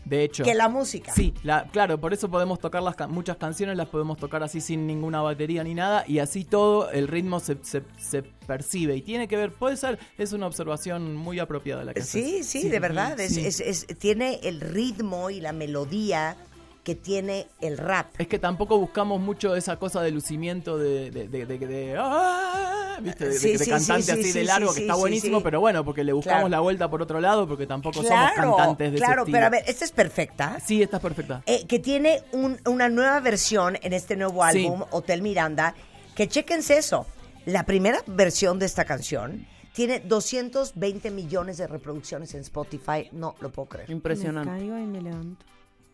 Speaker 6: de hecho.
Speaker 5: que la música.
Speaker 6: Sí, la- claro, por eso podemos tocar las can- muchas canciones, las podemos tocar así sin ninguna batería ni nada, y así todo el ritmo se, se- se percibe. Y tiene que ver, puede ser, es una observación muy apropiada la que
Speaker 5: Sí,
Speaker 6: haces.
Speaker 5: sí, de verdad. Es,
Speaker 6: sí.
Speaker 5: es- es- tiene el ritmo y la melodía que tiene el rap.
Speaker 6: Es que tampoco buscamos mucho esa cosa de lucimiento de, de, de, de- de- ¡ah! ¿viste? De- de-
Speaker 5: Sí,
Speaker 6: de
Speaker 5: sí,
Speaker 6: cantante
Speaker 5: sí,
Speaker 6: así
Speaker 5: sí,
Speaker 6: de
Speaker 5: sí,
Speaker 6: largo,
Speaker 5: sí,
Speaker 6: que está
Speaker 5: sí,
Speaker 6: buenísimo,
Speaker 5: sí.
Speaker 6: pero bueno, porque le buscamos
Speaker 5: Claro.
Speaker 6: la vuelta por otro lado, porque tampoco
Speaker 5: Claro,
Speaker 6: somos cantantes de
Speaker 5: claro,
Speaker 6: ese
Speaker 5: pero a
Speaker 6: estilo.
Speaker 5: ver, esta es perfecta.
Speaker 6: Sí, estás perfecta.
Speaker 5: Eh, que tiene un- una nueva versión en este nuevo
Speaker 6: Sí.
Speaker 5: álbum, Hotel Miranda, que chequense eso. La primera versión de esta canción Tiene 220 millones de reproducciones en Spotify. No lo puedo creer.
Speaker 7: Me
Speaker 8: Impresionante.
Speaker 7: caigo y me levanto.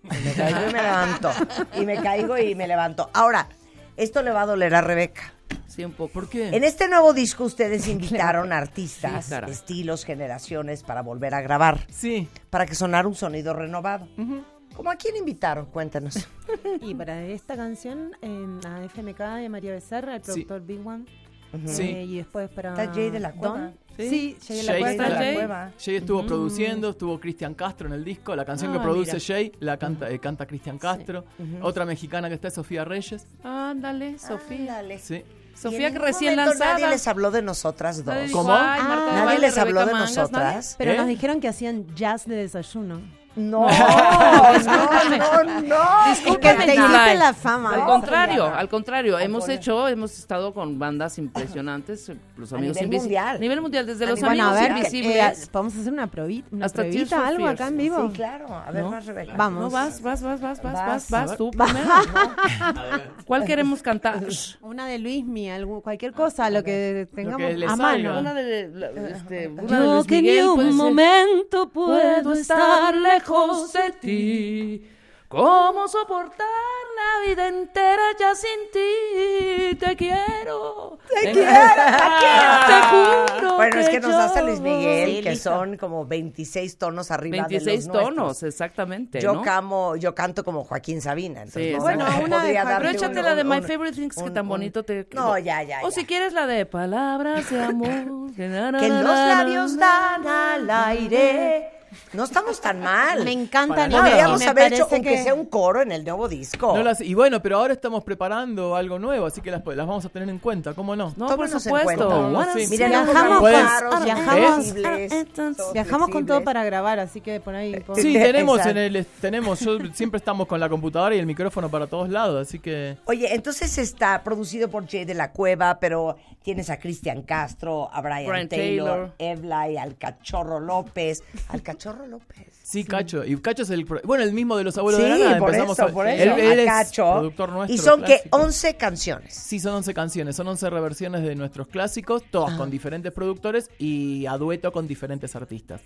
Speaker 5: Me caigo y me levanto. Y me caigo y me levanto. Ahora, esto le va a doler a Rebeca.
Speaker 8: Sí, un poco.
Speaker 6: ¿Por qué?
Speaker 5: En este nuevo disco ustedes invitaron a artistas,
Speaker 8: Sí, caray.
Speaker 5: estilos, generaciones para volver a grabar,
Speaker 6: Sí.
Speaker 5: para que sonara un sonido renovado. ¿Cómo a quién invitaron? Cuéntanos.
Speaker 7: Y para esta canción, eh, a FMK de María Becerra, el
Speaker 6: Sí.
Speaker 7: productor Big One.
Speaker 6: Sí.
Speaker 7: Eh, y después para.
Speaker 5: Está Jay de la Cueva.
Speaker 7: Don.
Speaker 6: Sí.
Speaker 7: Sí, Jay de la
Speaker 6: Jay
Speaker 7: Cueva.
Speaker 6: está-
Speaker 8: Jay.
Speaker 6: Jay estuvo produciendo, estuvo Cristian Castro en el disco, la canción que
Speaker 8: Ah,
Speaker 6: produce
Speaker 8: mira.
Speaker 6: Jay la canta, eh, canta Cristian Castro, otra mexicana que está es Sofía Reyes,
Speaker 8: Ándale, Sofía.
Speaker 5: Ándale.
Speaker 6: sí.
Speaker 8: Sofía
Speaker 5: Y en
Speaker 8: que
Speaker 5: ningún
Speaker 8: recién
Speaker 5: momento
Speaker 8: lanzada.
Speaker 5: Nadie les habló de nosotras dos.
Speaker 8: Nadie dijo,
Speaker 6: ¿Cómo?
Speaker 8: "Ay, Marta de
Speaker 5: Ah, Nadie
Speaker 8: Baile,
Speaker 5: les habló
Speaker 8: Rebeca
Speaker 5: de
Speaker 8: Mangas",
Speaker 5: nosotras.
Speaker 7: Pero
Speaker 6: ¿Eh?
Speaker 7: nos dijeron que hacían jazz de desayuno.
Speaker 5: No, no, no, no.
Speaker 7: Discúlpame,
Speaker 5: Porque te-
Speaker 7: no. hiciste
Speaker 8: Nadie.
Speaker 7: la fama, ¿eh?
Speaker 8: Al
Speaker 7: ¿no?
Speaker 8: contrario, al contrario.
Speaker 5: Al
Speaker 8: Hemos
Speaker 5: contrario.
Speaker 8: hecho, hemos estado con bandas impresionantes. eh, Los
Speaker 5: A
Speaker 8: amigos
Speaker 5: nivel
Speaker 8: Invis-
Speaker 5: mundial.
Speaker 8: A nivel mundial, desde
Speaker 5: A
Speaker 8: los
Speaker 5: nivel
Speaker 7: Bueno, a
Speaker 8: amigos
Speaker 7: ver,
Speaker 8: invisibles.
Speaker 7: eh, podemos hacer una, probi- una
Speaker 8: Hasta Tears
Speaker 7: probita,
Speaker 8: for
Speaker 7: algo
Speaker 8: Fears.
Speaker 7: acá en vivo.
Speaker 5: Sí, claro. A ver,
Speaker 8: No.
Speaker 5: más Rebeca.
Speaker 7: Vamos.
Speaker 8: No, vas, vas, vas, vas, vas, vas,
Speaker 5: Vas.
Speaker 8: vas, tú primero. ¿Cuál queremos cantar?
Speaker 7: Una de Luismi, algo, cualquier cosa, lo que tengamos
Speaker 6: que le
Speaker 7: a mano.
Speaker 6: salga.
Speaker 8: Una de, la- este, una de
Speaker 7: Yo
Speaker 8: Luis
Speaker 7: que ni
Speaker 8: Miguel, puede
Speaker 7: un
Speaker 8: ser.
Speaker 7: momento
Speaker 8: Puedo
Speaker 7: puedo estar
Speaker 8: estar lejos de ti. ¿Cómo soportar la vida entera ya sin ti? Te quiero. Te quiero. Te juro.
Speaker 5: Bueno, es que nos
Speaker 8: yo-
Speaker 5: hace Luis Miguel, que son como 26 tonos arriba de
Speaker 8: 26
Speaker 5: los
Speaker 8: tonos,
Speaker 5: nuestros.
Speaker 8: exactamente.
Speaker 5: Yo,
Speaker 8: ¿no?
Speaker 5: camo- yo canto como Joaquín Sabina. entonces
Speaker 8: Sí,
Speaker 5: no-
Speaker 8: bueno,
Speaker 5: no
Speaker 7: una de
Speaker 5: podría
Speaker 7: Juan-
Speaker 5: darle
Speaker 8: Pero
Speaker 5: un-
Speaker 8: échate la de
Speaker 5: un-
Speaker 8: My
Speaker 5: un-
Speaker 8: Favorite Things que
Speaker 5: un-
Speaker 8: tan
Speaker 5: un-
Speaker 8: bonito te.
Speaker 5: No, ya, ya.
Speaker 8: O
Speaker 5: ya.
Speaker 8: si quieres la de palabras de amor. que na, na,
Speaker 5: Que
Speaker 8: na,
Speaker 5: los
Speaker 8: na,
Speaker 5: labios
Speaker 8: na,
Speaker 5: dan
Speaker 8: na,
Speaker 5: al aire. No estamos tan mal.
Speaker 7: Me encanta
Speaker 5: Para
Speaker 7: el
Speaker 5: nada.
Speaker 7: video,
Speaker 5: Deberíamos
Speaker 7: me
Speaker 5: haber hecho
Speaker 7: parece
Speaker 5: aunque
Speaker 7: que-
Speaker 5: sea un coro en el nuevo disco.
Speaker 6: No las- y bueno, pero ahora estamos preparando algo nuevo, así que las, las vamos a tener en cuenta, ¿cómo no?
Speaker 8: No, por
Speaker 5: Tómenos en
Speaker 8: supuesto.
Speaker 5: cuenta.
Speaker 8: Wanna
Speaker 6: Sí.
Speaker 8: see
Speaker 5: Miren,
Speaker 8: you.
Speaker 7: Viajamos
Speaker 6: Pues,
Speaker 7: con-
Speaker 5: caros,
Speaker 7: viajamos-
Speaker 5: flexibles, todos
Speaker 7: Viajamos con
Speaker 5: flexibles.
Speaker 7: todo para grabar, así que por ahí. podemos-
Speaker 6: Sí,
Speaker 5: Exacto.
Speaker 6: tenemos en el tenemos, yo- siempre estamos con la computadora y el micrófono para todos lados, así que
Speaker 5: Oye, entonces está producido por Jay de la Cueva, pero tienes a Cristian Castro, a Brian,
Speaker 8: Brian
Speaker 5: Taylor,
Speaker 8: Taylor.
Speaker 5: Eblay, al Cachorro López. Al Cachorro López.
Speaker 6: Sí, Cacho. Y Cacho es el. pro- Bueno, el mismo de los abuelos de la
Speaker 5: sí,
Speaker 6: nada.
Speaker 5: por
Speaker 6: empezamos
Speaker 5: eso,
Speaker 6: a-
Speaker 5: por
Speaker 6: él-
Speaker 5: eso.
Speaker 6: Él,
Speaker 5: a
Speaker 6: es
Speaker 5: Cacho.
Speaker 6: productor nuestro.
Speaker 5: y son que
Speaker 6: clásico.
Speaker 5: 11 canciones.
Speaker 6: Sí, son 11 canciones, son 11 reversiones de nuestros clásicos, todas con diferentes productores y a dueto con diferentes artistas.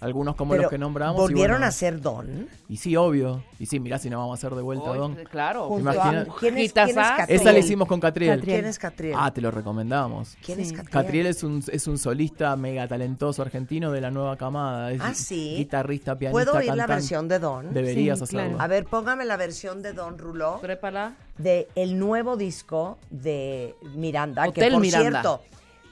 Speaker 6: Algunos como
Speaker 5: Pero
Speaker 6: los que nombramos. y
Speaker 5: Volvieron
Speaker 6: bueno,
Speaker 5: a ser Don.
Speaker 6: Y sí, obvio. Y sí, mirá si no vamos a hacer de vuelta, Don.
Speaker 8: Oy, Claro.
Speaker 5: Junto
Speaker 6: Imagina-
Speaker 5: a- ¿Quién es, quién es
Speaker 8: Hitazazo.
Speaker 5: Catriel?
Speaker 6: Esa la hicimos con Catriel.
Speaker 7: Catriel.
Speaker 5: ¿Quién es Catriel?
Speaker 6: Ah, te lo recomendamos.
Speaker 5: ¿Quién es Catriel?
Speaker 6: Catriel es un, es un solista mega talentoso argentino de la nueva camada. Es
Speaker 5: Ah, sí.
Speaker 6: Guitarrista, pianista,
Speaker 5: ¿Puedo oír la
Speaker 6: cantante.
Speaker 5: versión de Don?
Speaker 6: Deberías
Speaker 7: Sí,
Speaker 6: hacerlo.
Speaker 7: claro.
Speaker 5: A ver, póngame la versión de Don Ruló
Speaker 8: Trépala.
Speaker 5: de el nuevo disco de Miranda. que
Speaker 8: Hotel
Speaker 5: por
Speaker 8: Miranda.
Speaker 5: cierto,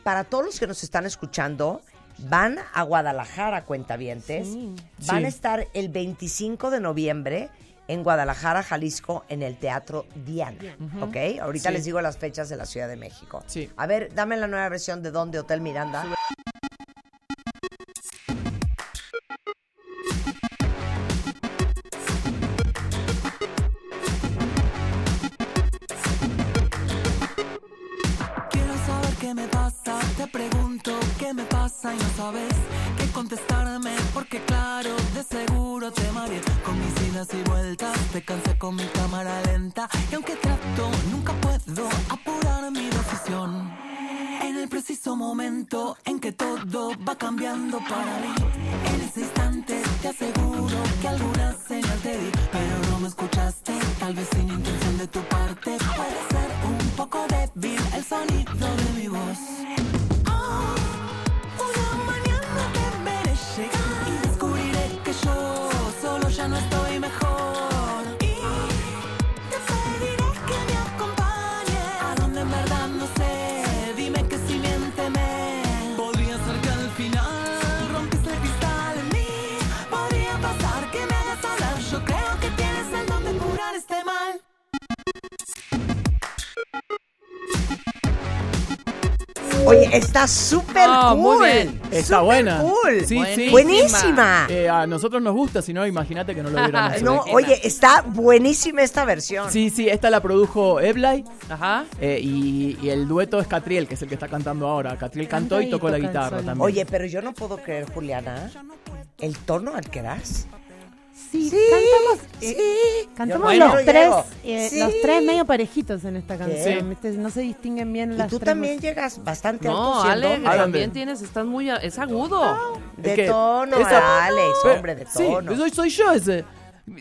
Speaker 5: para todos los que nos están escuchando, van a Guadalajara, cuentavientes. Van
Speaker 6: Sí.
Speaker 5: a estar el 25 de noviembre en Guadalajara, Jalisco, en el Teatro Diana. ¿Ok? Ahorita
Speaker 6: Sí.
Speaker 5: les digo las fechas de la Ciudad de México.
Speaker 6: Sí.
Speaker 5: A ver, dame la nueva versión de Don de Hotel Miranda.
Speaker 9: Quiero saber qué me pasa, te pregunto qué me pasa y no sabes qué contestarme porque claro, de seguro te mareé con mis idas y vueltas, te cansé con mi cámara lenta y aunque trato, nunca puedo apurar mi decisión. En el preciso momento en que todo va cambiando para mí. En ese instante te aseguro que alguna señal te di, pero no me escuchaste, tal vez sin intención de tu parte. Puede ser un poco débil el sonido de mi voz. Oh, una mañana te veré llegar y descubriré que yo solo ya no estoy mejor. Y te pediré que me acompañes A donde en verdad no sé Dime que si miénteme Podría ser que al final Rompiste el cristal en mí Podría pasar que me hagas hablar Yo creo que tienes el don de curar este mal
Speaker 5: Oye, está súper
Speaker 8: No,
Speaker 5: cool.
Speaker 8: muy bien.
Speaker 6: Ah, Está
Speaker 5: Súper
Speaker 6: buena.
Speaker 5: cool.
Speaker 6: Sí, sí.
Speaker 5: Buenísima.
Speaker 6: Eh, a nosotros nos gusta, si no, imagínate que no lo hubiéramos hecho.
Speaker 5: No, oye, está buenísima esta versión.
Speaker 6: Sí, sí, esta la produjo Eblay
Speaker 8: Ajá.
Speaker 6: eh, y, y el dueto es Catriel, que es el que está cantando ahora. Catriel cantó y tocó la guitarra también.
Speaker 5: Oye, pero yo no puedo creer, Juliana, el tono al que das.
Speaker 7: Sí,
Speaker 5: Sí,
Speaker 7: cantamos,
Speaker 5: sí.
Speaker 7: eh, cantamos
Speaker 6: Bueno.
Speaker 7: los
Speaker 5: Yo
Speaker 7: tres,
Speaker 5: llego.
Speaker 7: eh,
Speaker 5: Sí.
Speaker 7: los tres medio parejitos en esta canción.
Speaker 6: Sí.
Speaker 7: ¿viste? No se distinguen bien
Speaker 5: Y
Speaker 7: las
Speaker 5: tú
Speaker 7: tres
Speaker 5: también
Speaker 7: voces.
Speaker 5: llegas bastante
Speaker 8: No,
Speaker 5: alto siendo
Speaker 8: Ale,
Speaker 5: hombre.
Speaker 6: Alan,
Speaker 8: también
Speaker 6: de-
Speaker 8: tienes, estás muy, a- es agudo.
Speaker 5: De
Speaker 6: Es que
Speaker 5: tono,
Speaker 6: esa-
Speaker 5: Alex,
Speaker 6: Pero-
Speaker 5: hombre, de
Speaker 6: sí,
Speaker 5: tono.
Speaker 6: soy, soy yo ese.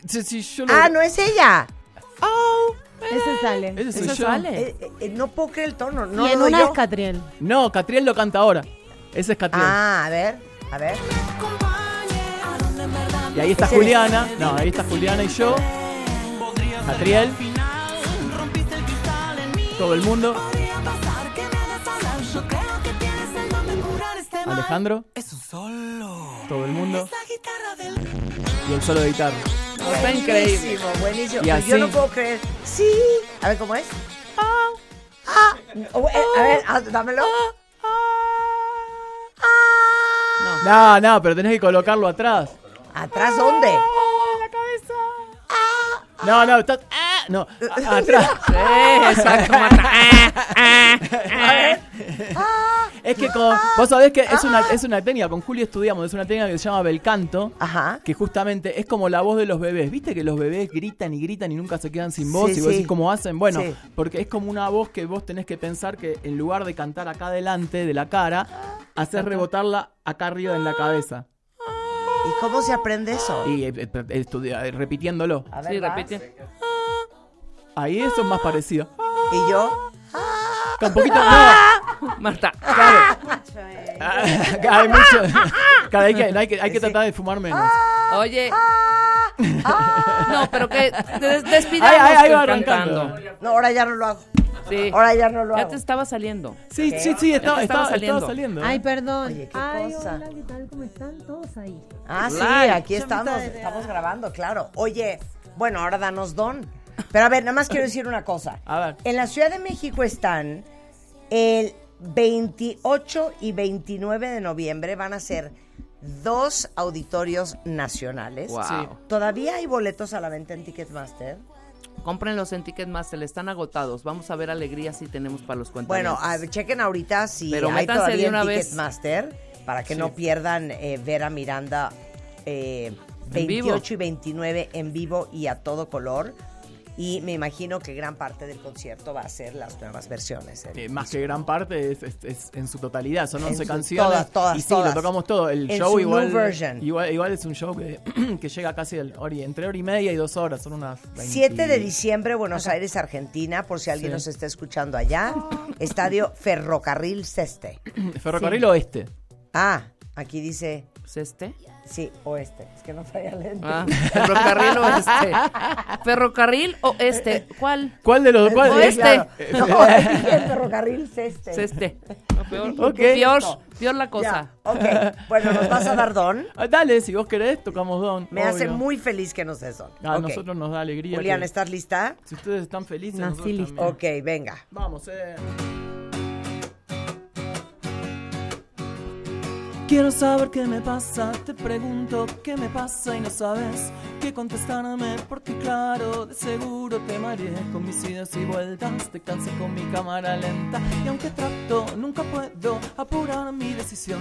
Speaker 6: Si, si yo lo-
Speaker 5: Ah, no es ella.
Speaker 6: Au,
Speaker 7: Ese sale.
Speaker 6: ese soy
Speaker 8: Eso
Speaker 6: yo.
Speaker 8: sale.
Speaker 5: Eh, eh, no puedo creer el tono. No
Speaker 7: y en
Speaker 5: lo doy
Speaker 7: una es
Speaker 5: yo.
Speaker 7: Catriel.
Speaker 6: No, Catriel lo canta ahora. Ese es Catriel.
Speaker 5: Ah, a ver, a ver.
Speaker 6: y ahí está
Speaker 5: ese-
Speaker 6: Juliana. No, ahí está Juliana y yo. Catriel. Todo el mundo.
Speaker 9: este
Speaker 6: Alejandro.
Speaker 9: Es un solo.
Speaker 6: Todo el mundo. Y el solo de guitarra.
Speaker 8: Está increíble.
Speaker 5: Buenísimo, buenísimo.
Speaker 6: Y
Speaker 5: Pero
Speaker 6: así-
Speaker 5: Yo no puedo creer. Sí. A ver, ¿cómo es? Ah. Oh, eh, a ver, ah, dámelo.
Speaker 8: ah,
Speaker 6: No, no, pero tenés que colocarlo atrás.
Speaker 5: ¿Atrás dónde?
Speaker 6: No, no, estás. ah, no, a- atrás.
Speaker 8: Eh, exacto, Marta. Eh,
Speaker 6: Es que con, vos sabés que es una, es una técnica, con Julio estudiamos, es una técnica que se llama belcanto,
Speaker 5: Ajá.
Speaker 6: que justamente es como la voz de los bebés. ¿Viste que los bebés gritan y gritan y nunca se quedan sin voz?
Speaker 5: Sí,
Speaker 6: y vos
Speaker 5: sí.
Speaker 6: decís cómo hacen. Bueno,
Speaker 5: Sí.
Speaker 6: porque es como una voz que vos tenés que pensar que en lugar de cantar acá adelante de la cara, haces rebotarla acá arriba en la cabeza.
Speaker 5: ¿Y cómo se aprende eso?
Speaker 6: Y eh, eh, estudia- eh, repitiéndolo.
Speaker 5: A ver,
Speaker 8: Sí,
Speaker 5: vas.
Speaker 8: repite.
Speaker 6: Ahí eso es más parecido.
Speaker 5: Y yo.
Speaker 6: Con poquito. No,
Speaker 8: Marta.
Speaker 6: hay mucho. Claro, hay que, hay que, hay que tratar de fumar menos.
Speaker 8: Oye. Ah, No, pero que des- despidamos
Speaker 6: Ahí, ahí, ahí va
Speaker 8: con
Speaker 6: arrancando.
Speaker 8: cantando.
Speaker 5: No, ahora ya no lo hago.
Speaker 8: Sí.
Speaker 5: Ahora ya no lo
Speaker 8: Ya te
Speaker 5: hago.
Speaker 8: estaba saliendo.
Speaker 6: Sí, sí, sí, estaba,
Speaker 8: Ya te estaba
Speaker 6: estaba, estaba
Speaker 8: saliendo.
Speaker 6: saliendo. ¿eh?
Speaker 7: Ay, perdón.
Speaker 5: Oye, qué
Speaker 7: Ay,
Speaker 5: cosa.
Speaker 7: hola, ¿qué tal? ¿Cómo están todos ahí?
Speaker 5: Ah, sí,
Speaker 8: Live.
Speaker 5: aquí estamos. Estamos grabando, claro. Oye, bueno, ahora danos don. Pero a ver, nada más quiero decir una cosa.
Speaker 6: A ver.
Speaker 5: En la Ciudad de México están el 28 y 29 de noviembre van a ser dos auditorios nacionales.
Speaker 8: Wow.
Speaker 5: Todavía hay boletos a la venta en Ticketmaster.
Speaker 8: Cómprenlos en Ticketmaster, están agotados. Vamos a ver alegría si tenemos para los cuentos.
Speaker 5: Bueno, a ver, chequen ahorita si
Speaker 8: Pero
Speaker 5: hay
Speaker 8: métanse
Speaker 5: todavía
Speaker 8: de
Speaker 5: en
Speaker 8: una vez.
Speaker 5: Ticketmaster para que no pierdan eh, ver a Miranda eh,
Speaker 8: En vivo.
Speaker 5: 28 y 29 en vivo y a todo color. Y me imagino que gran parte del concierto va a ser las nuevas versiones. ¿eh?
Speaker 6: Que más que gran parte es, es- es en su totalidad, son
Speaker 5: En
Speaker 6: 11
Speaker 5: su-
Speaker 6: canciones.
Speaker 5: todas, todas,
Speaker 6: y sí,
Speaker 5: todas.
Speaker 6: lo tocamos todo. El
Speaker 5: En
Speaker 6: show
Speaker 5: su
Speaker 6: igual,
Speaker 5: new version.
Speaker 6: igual. igual es un show que, que llega casi al hora y- entre hora y media y dos horas, son unas 20
Speaker 5: 7 de diciembre, Buenos Aires, Argentina, por si alguien
Speaker 6: Sí.
Speaker 5: nos está escuchando allá. Estadio Ferrocarril Ceste.
Speaker 6: Ferrocarril Oeste.
Speaker 5: Ah, aquí dice,
Speaker 8: ¿Es este?
Speaker 5: sí, oeste. Es que no traía lente.
Speaker 8: Ah, ferrocarril oeste. Ferrocarril o este. ¿Cuál? Este.
Speaker 6: ¿Cuál de los cuál?
Speaker 8: Oeste.
Speaker 5: No, dije Ferrocarril Ceste.
Speaker 8: Es este. No, peor.
Speaker 6: Ok.
Speaker 8: Peor, peor la
Speaker 5: Ya,
Speaker 8: cosa.
Speaker 5: ok, bueno, nos vas a dar don.
Speaker 6: Ah, Dale, si vos querés, tocamos Don.
Speaker 5: Me hace
Speaker 6: obvio.
Speaker 5: muy feliz que nos des don.
Speaker 6: A
Speaker 5: Ok.
Speaker 6: nosotros nos da alegría.
Speaker 5: Julián,
Speaker 6: que-
Speaker 5: ¿estás lista?
Speaker 6: Si ustedes están felices,
Speaker 7: Nací
Speaker 6: nosotros
Speaker 7: lista.
Speaker 6: también.
Speaker 5: Ok, venga.
Speaker 6: Vamos, eh. Quiero saber qué me pasa, te pregunto qué me pasa y no sabes qué contestarme porque claro, de seguro te mareé con mis idas y vueltas, te cansé con mi cámara lenta y aunque trato, nunca puedo apurar mi decisión.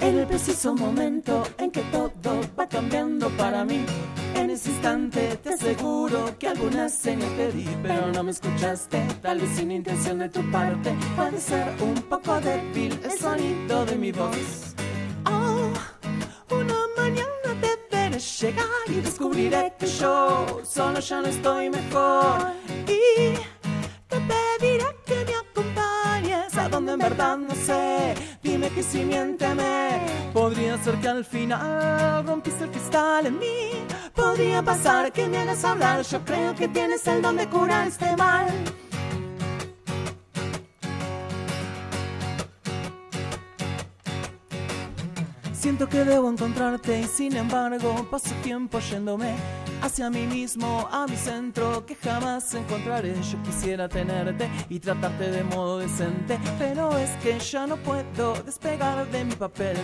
Speaker 6: En el preciso momento en que todo va cambiando para mí. En ese instante te aseguro que alguna señal te di, pero no me escuchaste. Tal vez sin intención de tu parte, puede ser un poco débil el sonido de mi voz. Oh, una mañana deberé llegar y descubriré que yo solo ya no estoy mejor. Y te pediré que me acompañes a donde en verdad no sé. Dime que si miénteme. Podría ser que al final rompiste el cristal en mí. Podría pasar que me hagas hablar. Yo creo que tienes el don de curar este mal. Siento que debo encontrarte y sin embargo paso tiempo yéndome hacia mí mismo, a mi centro que jamás encontraré. Yo quisiera tenerte y tratarte de modo decente, pero es que ya no puedo despegar de mi papel.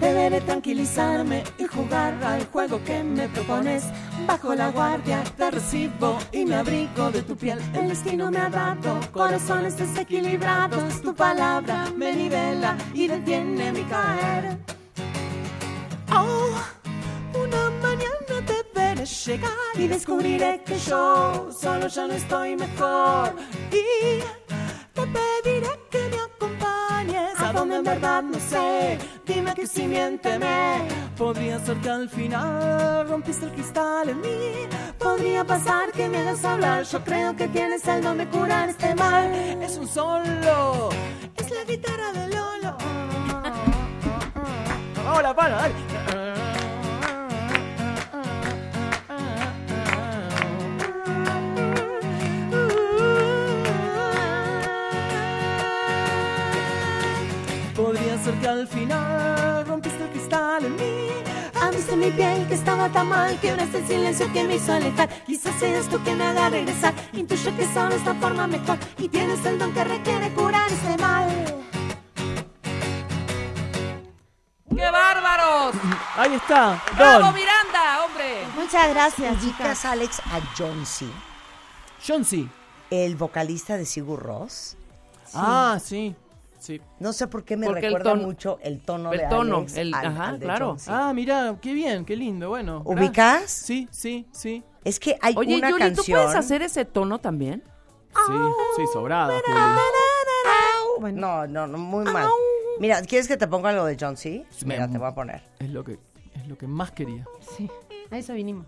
Speaker 6: Deberé tranquilizarme y jugar al juego que me propones. Bajo la guardia te recibo y me abrigo de tu piel. El destino me ha dado corazones desequilibrados. Tu palabra me nivela y detiene mi caer. Oh, una mañana
Speaker 9: llegar y descubriré que yo solo ya no estoy mejor. Y te pediré que me acompañes a donde en verdad no sé. Dime que si miénteme, podría ser que al final rompiste el cristal en mí. Podría pasar que me hagas hablar. Yo creo que tienes el don de curar este mal. Es un solo, es la guitarra de Lolo. Hola, pana, dale. Podría ser que al final rompiste el cristal en mí. Abriste mi piel que estaba tan mal. Quebraste el silencio que me hizo alejar. Quizás sea esto que me haga regresar. Intuyo que solo esta forma mejor. Y tienes el don que requiere curar este mal.
Speaker 8: ¡Qué bárbaros!
Speaker 6: Ahí está,
Speaker 8: ¡Bravo,
Speaker 6: Don.
Speaker 8: Miranda, hombre!
Speaker 7: Muchas gracias, chicas.
Speaker 5: Ubicas, Alex, a John C.,
Speaker 6: John C.
Speaker 5: el vocalista de Sigur Ross.
Speaker 6: Ah, sí. Sí.
Speaker 5: No sé por qué me
Speaker 8: Porque el
Speaker 5: recuerda
Speaker 8: tono-
Speaker 5: mucho el tono
Speaker 8: el
Speaker 5: de
Speaker 8: tono,
Speaker 5: Alex
Speaker 8: el-
Speaker 5: al-
Speaker 8: ajá,
Speaker 5: al de
Speaker 8: claro.
Speaker 5: John C.
Speaker 6: Ah, mira, qué bien, qué lindo, bueno.
Speaker 5: ¿Ubicás?
Speaker 6: Sí, sí, sí.
Speaker 5: Es que hay
Speaker 8: Oye,
Speaker 5: una
Speaker 8: Yuli,
Speaker 5: canción.
Speaker 8: ¿tú puedes hacer ese tono también?
Speaker 6: Sí, sí, sobrada, Juli.
Speaker 7: Bueno,
Speaker 5: No, no, no, muy mal. Mira, ¿quieres que te ponga lo de John C?
Speaker 8: Pues
Speaker 5: Mira, te voy a poner.
Speaker 6: Es lo que es lo que más quería.
Speaker 7: sí. A eso vinimos.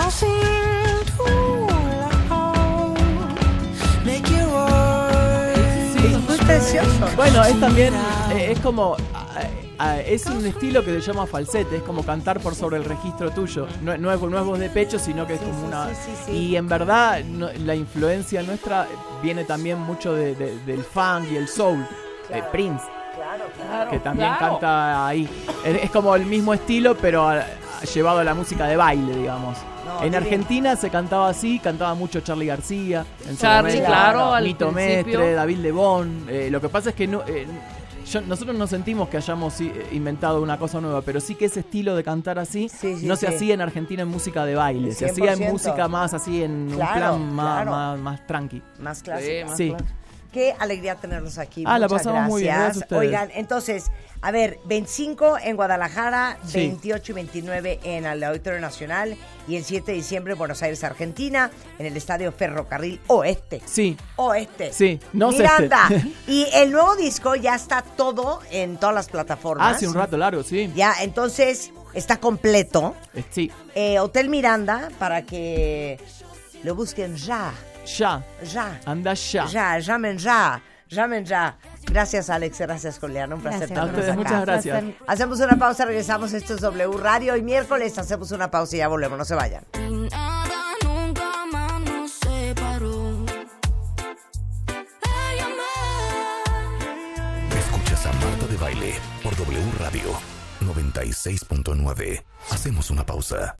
Speaker 9: I feel cool alone. Make your words
Speaker 5: Muy precioso.
Speaker 6: Bueno, es también eh, es como ah, ah, es un estilo que se llama falsete, es como cantar por sobre el registro tuyo. No, no es, no es voz de pecho, sino que es como una y en verdad no- la influencia nuestra viene también mucho de- de- del funk y el soul de Prince. que también
Speaker 8: claro.
Speaker 6: canta ahí. Es, es como el mismo estilo, pero ah, llevado a la música de baile, digamos. en Argentina se cantaba así, cantaba mucho Charlie García. En su
Speaker 8: Charly,
Speaker 6: momento,
Speaker 8: claro, al
Speaker 6: Nito
Speaker 8: principio.
Speaker 6: Mestre, David Lebón. Eh, lo que pasa es que no, eh, yo- nosotros no sentimos que hayamos sí, eh, inventado una cosa nueva, pero sí que ese estilo de cantar así
Speaker 5: Sí, sí,
Speaker 6: no se
Speaker 5: sí.
Speaker 6: hacía en Argentina en música de baile, se hacía en
Speaker 5: 100%.
Speaker 6: música más así, en
Speaker 5: Claro,
Speaker 6: un plan más,
Speaker 5: claro.
Speaker 6: más, más tranqui.
Speaker 5: Más clásico.
Speaker 8: más
Speaker 6: Sí.
Speaker 8: claro.
Speaker 5: Qué alegría tenerlos aquí.
Speaker 6: Ah, la
Speaker 5: Muchas
Speaker 6: pasamos muy bien,
Speaker 5: gracias.
Speaker 6: gracias a ustedes.
Speaker 5: Oigan, entonces, a ver, 25 en Guadalajara,
Speaker 6: Sí.
Speaker 5: 28 y 29 en el Auditorio Nacional y el 7 de diciembre en Buenos Aires, Argentina, en el Estadio Ferrocarril Oeste.
Speaker 6: Sí,
Speaker 5: Oeste.
Speaker 6: Sí, no sé
Speaker 5: Miranda.
Speaker 6: este.
Speaker 5: y el nuevo disco ya está todo en todas las plataformas.
Speaker 6: hace un rato largo, sí.
Speaker 5: Ya, entonces está completo.
Speaker 6: Eh, Sí,
Speaker 5: Eh, Hotel Miranda para que lo busquen ya,
Speaker 6: ya.
Speaker 5: ya.
Speaker 6: Anda ya.
Speaker 5: Ya, llamen ya, llamen ya. Gracias Alex, gracias Juliana, un placer
Speaker 7: Gracias.
Speaker 6: A
Speaker 5: tenerlos
Speaker 6: ustedes,
Speaker 5: acá.
Speaker 6: muchas gracias.
Speaker 7: Placer.
Speaker 5: Hacemos una pausa, regresamos, esto es W Radio y miércoles hacemos una pausa y ya volvemos, no se vayan.
Speaker 10: Y nada nunca más nos separó. Ella me
Speaker 1: Escuchas a Marta de Baile por W Radio 96.9. Hacemos una pausa.